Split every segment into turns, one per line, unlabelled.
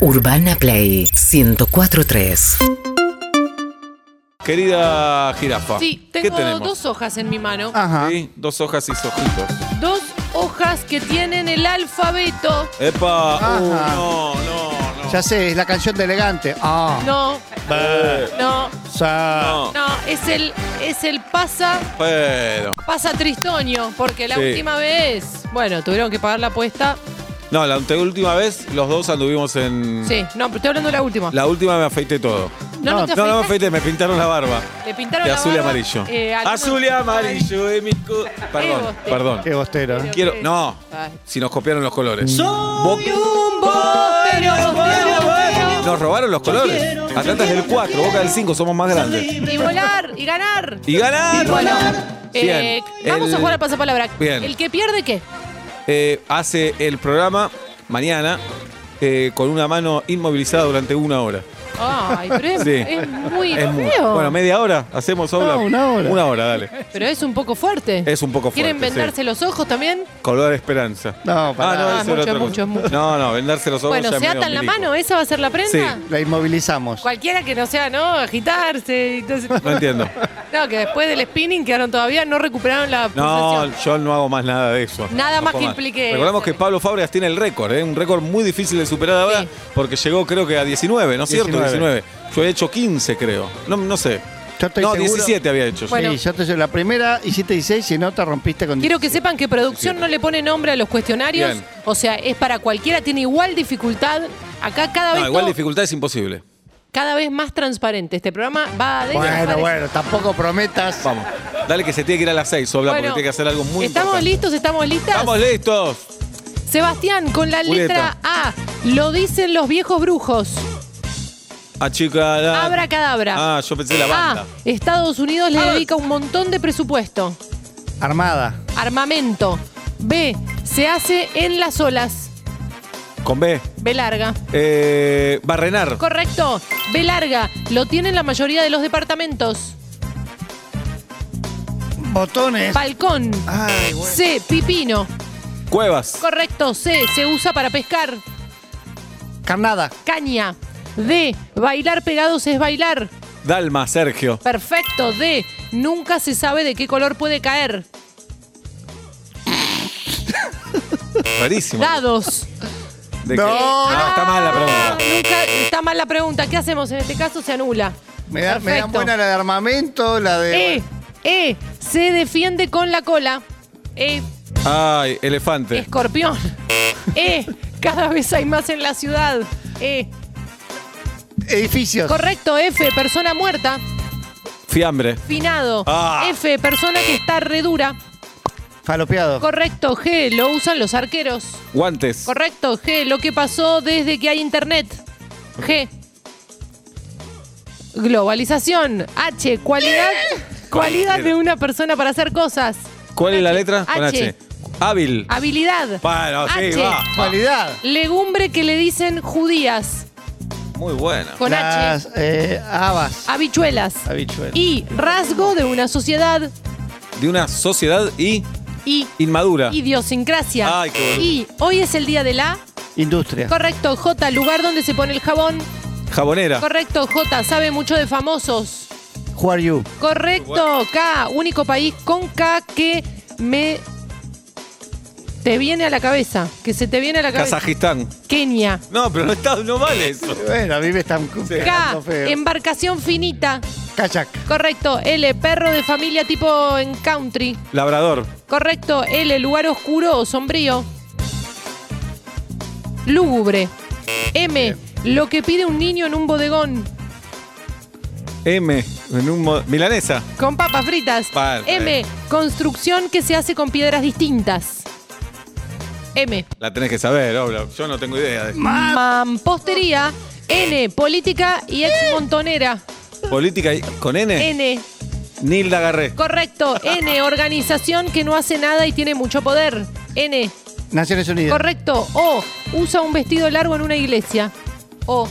Urbana Play 1043.
Querida jirafa.
Sí,
Ah, ¿qué
tengo
tenemos?
dos hojas en mi mano.
Ajá.
Sí, dos hojas y sojitos.
Dos hojas que tienen el alfabeto.
¡Epa!
Ajá.
Uh, no, no, no.
Ya sé, es la canción de elegante. Ah.
No,
Ah.
Bah.
no,
Sa-
No,
no. Es el, es el pasa,
pero.
pasa tristoño. Porque la
Sí.
última vez, bueno, tuvieron que pagar la apuesta.
No, la ante- última vez los dos anduvimos en.
Sí, no, pero estoy hablando de la última.
Mm. La última me afeité todo.
no, no, te
No, no me
afeitaste.
afeité, me pintaron la barba.
Le pintaron
De
la
azul y
barba,
amarillo.
eh, al-
azul y amarillo de mi co- Perdón,
bostezo.
perdón.
Qué bostero. ¿eh?
Quiero. No.
Ay.
Si nos copiaron los colores. Soy
bostero, bostero, bostero.
Nos robaron los colores. Atlanta es del 4, Boca del 5, somos más grandes.
Y volar, y ganar.
Y ganar.
Bueno,
Bien.
eh, vamos
El-
a jugar al pasapalabra.
Bien.
El que pierde, ¿qué?
eh, hace el programa mañana eh, con una mano inmovilizada durante una hora.
Ay, pero es,
Sí.
es muy
Es muy-
feo.
Bueno, media hora, hacemos obra.
No, una hora.
Una hora, dale.
Pero es un poco fuerte.
Es un poco fuerte.
¿Quieren vendarse
sí.
los ojos también?
Color esperanza.
No,
Ah,
pará.
no,
Ah,
eso era
mucho,
otra cosa.
mucho, mucho.
No, no, vendarse los ojos.
Bueno,
ya
¿se
es medio
atan la
milico.
mano? eh. ¿Esa va a ser la prenda?
Sí.
La inmovilizamos.
Cualquiera que no sea, ¿no? Agitarse. y todo ese-
No entiendo.
no, que después del spinning quedaron todavía, no recuperaron la
No,
pulsación.
yo no hago más nada de eso.
Nada
No
más
puedo
que implique-
Recordemos que Pablo Fábregas tiene el récord, ¿eh? un récord muy difícil de superar ahora,
Sí.
porque llegó creo que a 19, ¿no es cierto? 19.
19.
Yo he hecho 15, creo. No, no sé.
Yo estoy
no,
seguro-
17 había hecho. yo.
Bueno.
Sí, yo te la primera hiciste 16, si no te rompiste con
Quiero que sepan que producción no le pone nombre a los cuestionarios.
Bien.
O sea, es para cualquiera, tiene igual dificultad. Acá cada vez,
No, igual
todo-
dificultad es imposible.
cada vez más transparente. Este programa va a
Bueno,
desaparecer.
bueno, tampoco prometas.
Vamos. Dale que se tiene que ir a las 6, Sobla, porque
Bueno,
tiene que hacer algo muy
¿Estamos
importante.
listos? ¿Estamos listas?
¡Estamos listos!
Sebastián, con la
Julieta.
letra A. Lo dicen los viejos brujos.
A chica. la-
Abra cadabra.
Ah, yo pensé la banda.
A. Estados Unidos le
Ah.
dedica un montón de presupuesto.
Armada.
Armamento. B. Se hace en las olas.
Con B.
B larga.
Eh, barrenar.
Correcto. B larga. Lo tienen la mayoría de los departamentos.
Botones.
Balcón.
Ay, bueno.
C. Pipino.
Cuevas.
Correcto. C. Se usa para pescar.
Carnada.
Caña. D. Bailar pegados es bailar.
Dalma, Sergio.
Perfecto. D. Nunca se sabe de qué color puede caer.
Rarísimo.
Dados.
¿De
No,
qué?
no.
Ah, está mal la pregunta.
Nunca- está mal la pregunta. ¿Qué hacemos? En este caso se anula.
Me, da- me dan
Perfecto.
buena la de armamento, la de.
E, E, se defiende con la cola. E,
Ay, elefante.
escorpión. E, cada vez hay más en la ciudad. E,
Edificios.
correcto. F, persona muerta.
Fiambre.
Finado.
Ah.
F, persona que está redura.
Oh.
Falopeado.
Correcto. G, lo usan los arqueros.
Guantes.
Correcto. G, lo que pasó desde que hay internet. G. Globalización. H, cualidad. Cualidad de una persona para hacer cosas.
¿Cuál es la letra? Con
H. Ah.
H. Hábil.
Habilidad.
Bueno, sí, va.
Cualidad.
Legumbre que le dicen judías.
Muy buena.
Con H.
Las eh, habas.
Habichuelas.
Habichuelas.
Y rasgo de una sociedad.
De una sociedad y
Y
inmadura.
idiosincrasia.
Ay, qué boludo.
y hoy es el día de la.
Industria.
Correcto, J. Lugar donde se pone el jabón.
Jabonera.
Correcto, J. Sabe mucho de famosos.
Who are you?
Correcto, K. Único país con K que me. Te viene a la cabeza. Que se te viene a la cabeza.
Kazajistán.
Kenia.
No, pero no, está, no vale eso.
Bueno, a mí me están
K.
pegando feo.
Embarcación finita.
Kayak.
Correcto. L, perro de familia tipo en country.
Labrador.
Correcto. L, lugar oscuro o sombrío. Lúgubre. M, lo que pide un niño en un bodegón.
M. En un mo- Milanesa.
Con papas fritas.
Falta,
M,
eh.
construcción que se hace con piedras distintas. M,
La tenés que saber, obra. Yo no tengo idea. de-
mampostería. N, política y ex montonera.
Política y- con N.
N,
Nilda Garré.
correcto. N, organización que no hace nada y tiene mucho poder. N,
Naciones Unidas.
Correcto. O, usa un vestido largo en una iglesia. O,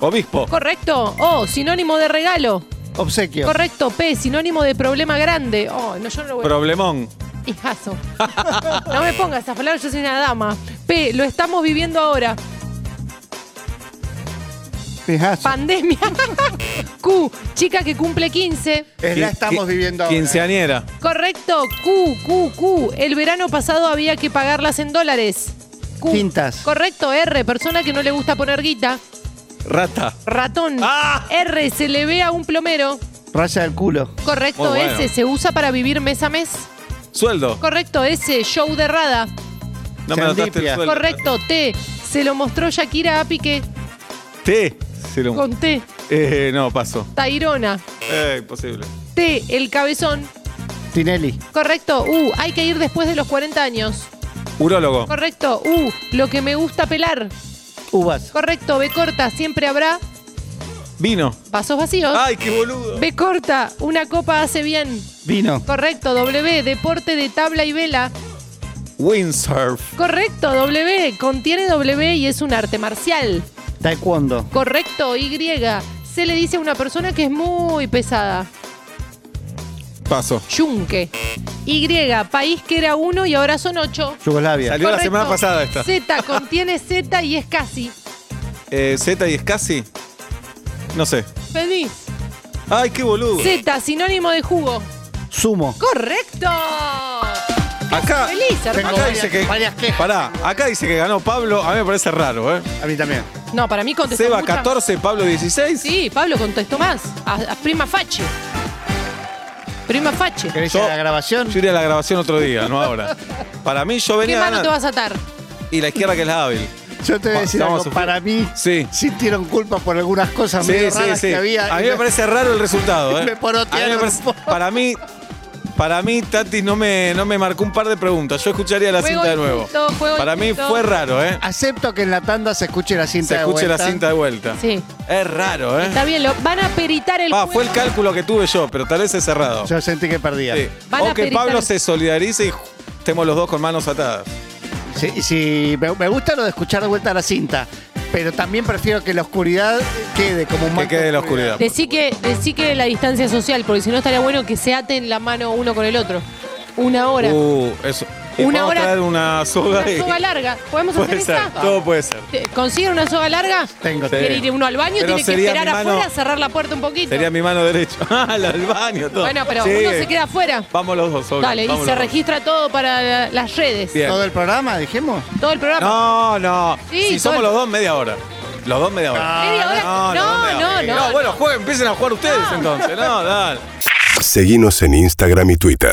Obispo.
correcto. O, sinónimo de regalo.
Obsequio.
Correcto. P, sinónimo de problema grande. Oh, no, yo no lo voy a...
Problemón.
Hijazo. No me pongas esas palabras, yo soy una dama. P, lo estamos viviendo ahora.
Pegaso.
Pandemia. Q. Chica que cumple 15.
Es la estamos viviendo ahora. ¿eh?
Quinceañera.
Correcto. Q, Q, Q. El verano pasado había que pagarlas en dólares. Q.
Quintas.
Correcto. R. Persona que no le gusta poner guita.
Rata.
Ratón.
¡Ah!
R. Se le ve a un plomero.
Raya del culo.
Correcto.
Muy bueno.
S. Se usa para vivir mes a mes.
Sueldo.
Correcto. S. Show de Rada.
No me anotaste el
Serendipia.
sueldo.
Correcto. T. Se lo mostró Shakira a Piqué
T. Se lo-
con T.
Eh, no, paso.
Tairona.
Eh, imposible.
T. El cabezón.
Tinelli.
Correcto. U. Hay que ir después de los 40 años.
Urólogo.
Correcto. U. Lo que me gusta pelar.
Uvas.
Correcto. B corta. Siempre habrá
Vino.
vasos vacíos.
Ay, qué boludo.
B corta. Una copa hace bien.
Vino.
Correcto. W. Deporte de tabla y vela.
Windsurf.
Correcto. W. Contiene W y es un arte marcial.
Taekwondo.
Correcto. Y. Se le dice a una persona que es muy pesada.
Paso.
Yunque. Y. País que era uno y ahora son ocho.
Yugoslavia.
Salió la semana pasada esta.
Z. Contiene Z y es casi.
Eh, Z y es casi. No sé.
Feliz.
Ay, qué boludo.
Z, sinónimo de jugo.
Sumo.
¡Correcto!
Acá,
Feliz, hermano.
Tengo
acá dice que.
varias quejas.
Pará, acá dice que ganó Pablo. A mí me parece raro, ¿eh?
A mí también.
No, para mí contestó
Seba
muchas-
14, Pablo 16.
Sí, Pablo contestó más. A, a prima Fache. Prima Fache. ¿Qué
¿Querés ir a la grabación?
Yo iré a la grabación otro día, no ahora. Para mí yo venía
mano te
ganando.
vas a atar?
Y la izquierda que es la hábil.
Yo te voy a decir
Vamos a
algo.
sufrir.
Para mí,
Sí.
sintieron culpa por algunas cosas
Sí,
medio
sí,
raras
sí.
que había.
A mí me parece raro el resultado, ¿eh?
Me porotearon
A mí me parece-
un poco.
para mí, para mí, Tati no me, no me marcó un par de preguntas. Yo escucharía la
Juego
cinta de nuevo.
injusto, juego
para mí
injusto.
fue raro, ¿eh?
Acepto que en la tanda se escuche la cinta
Se
de
escuche la
vuelta.
cinta de vuelta.
Sí.
Es raro, ¿eh?
Está bien, lo, van a peritar el
Ah,
juego.
fue el cálculo que tuve yo, pero tal vez es cerrado.
Yo sentí que perdía.
Sí.
Van a
O que
peritar.
Pablo se solidarice y ju- estemos los dos con manos atadas.
Sí, y si- me, me gusta lo de escuchar de vuelta la cinta, pero también prefiero que la oscuridad quede como un
Que
manto
quede
de
la oscuridad.
Decí que, decí que la distancia social, porque si no estaría bueno que se aten la mano uno con el otro. Una hora.
Uh, eso. Y
Una
podemos
hora-
traer una soga
una
y-
soga larga. ¿Podemos hacer
Puede ser,
esa?
todo puede ser.
¿Te- ¿Consiguen una soga larga?
Tengo,
Sí.
Quiere ir uno al baño,
Pero
tiene que
sería
esperar
mi mano-
afuera, cerrar la puerta un poquito.
Sería mi mano derecha. Ah, la del baño, todo.
Bueno, pero
Sí.
uno se queda afuera.
Vamos los dos, obvio.
Dale, y
vamos
se
los dos.
registra todo para la- las redes.
Bien.
todo el programa, dijimos.
Todo el programa.
No, no.
Sí,
si somos
todo-
los dos, media hora. Los dos, media hora.
Media hora-
los dos, media
no,
hora.
no, no.
bueno, jueguen, empiecen a jugar ustedes entonces. No, dale.
Seguinos en Instagram y Twitter.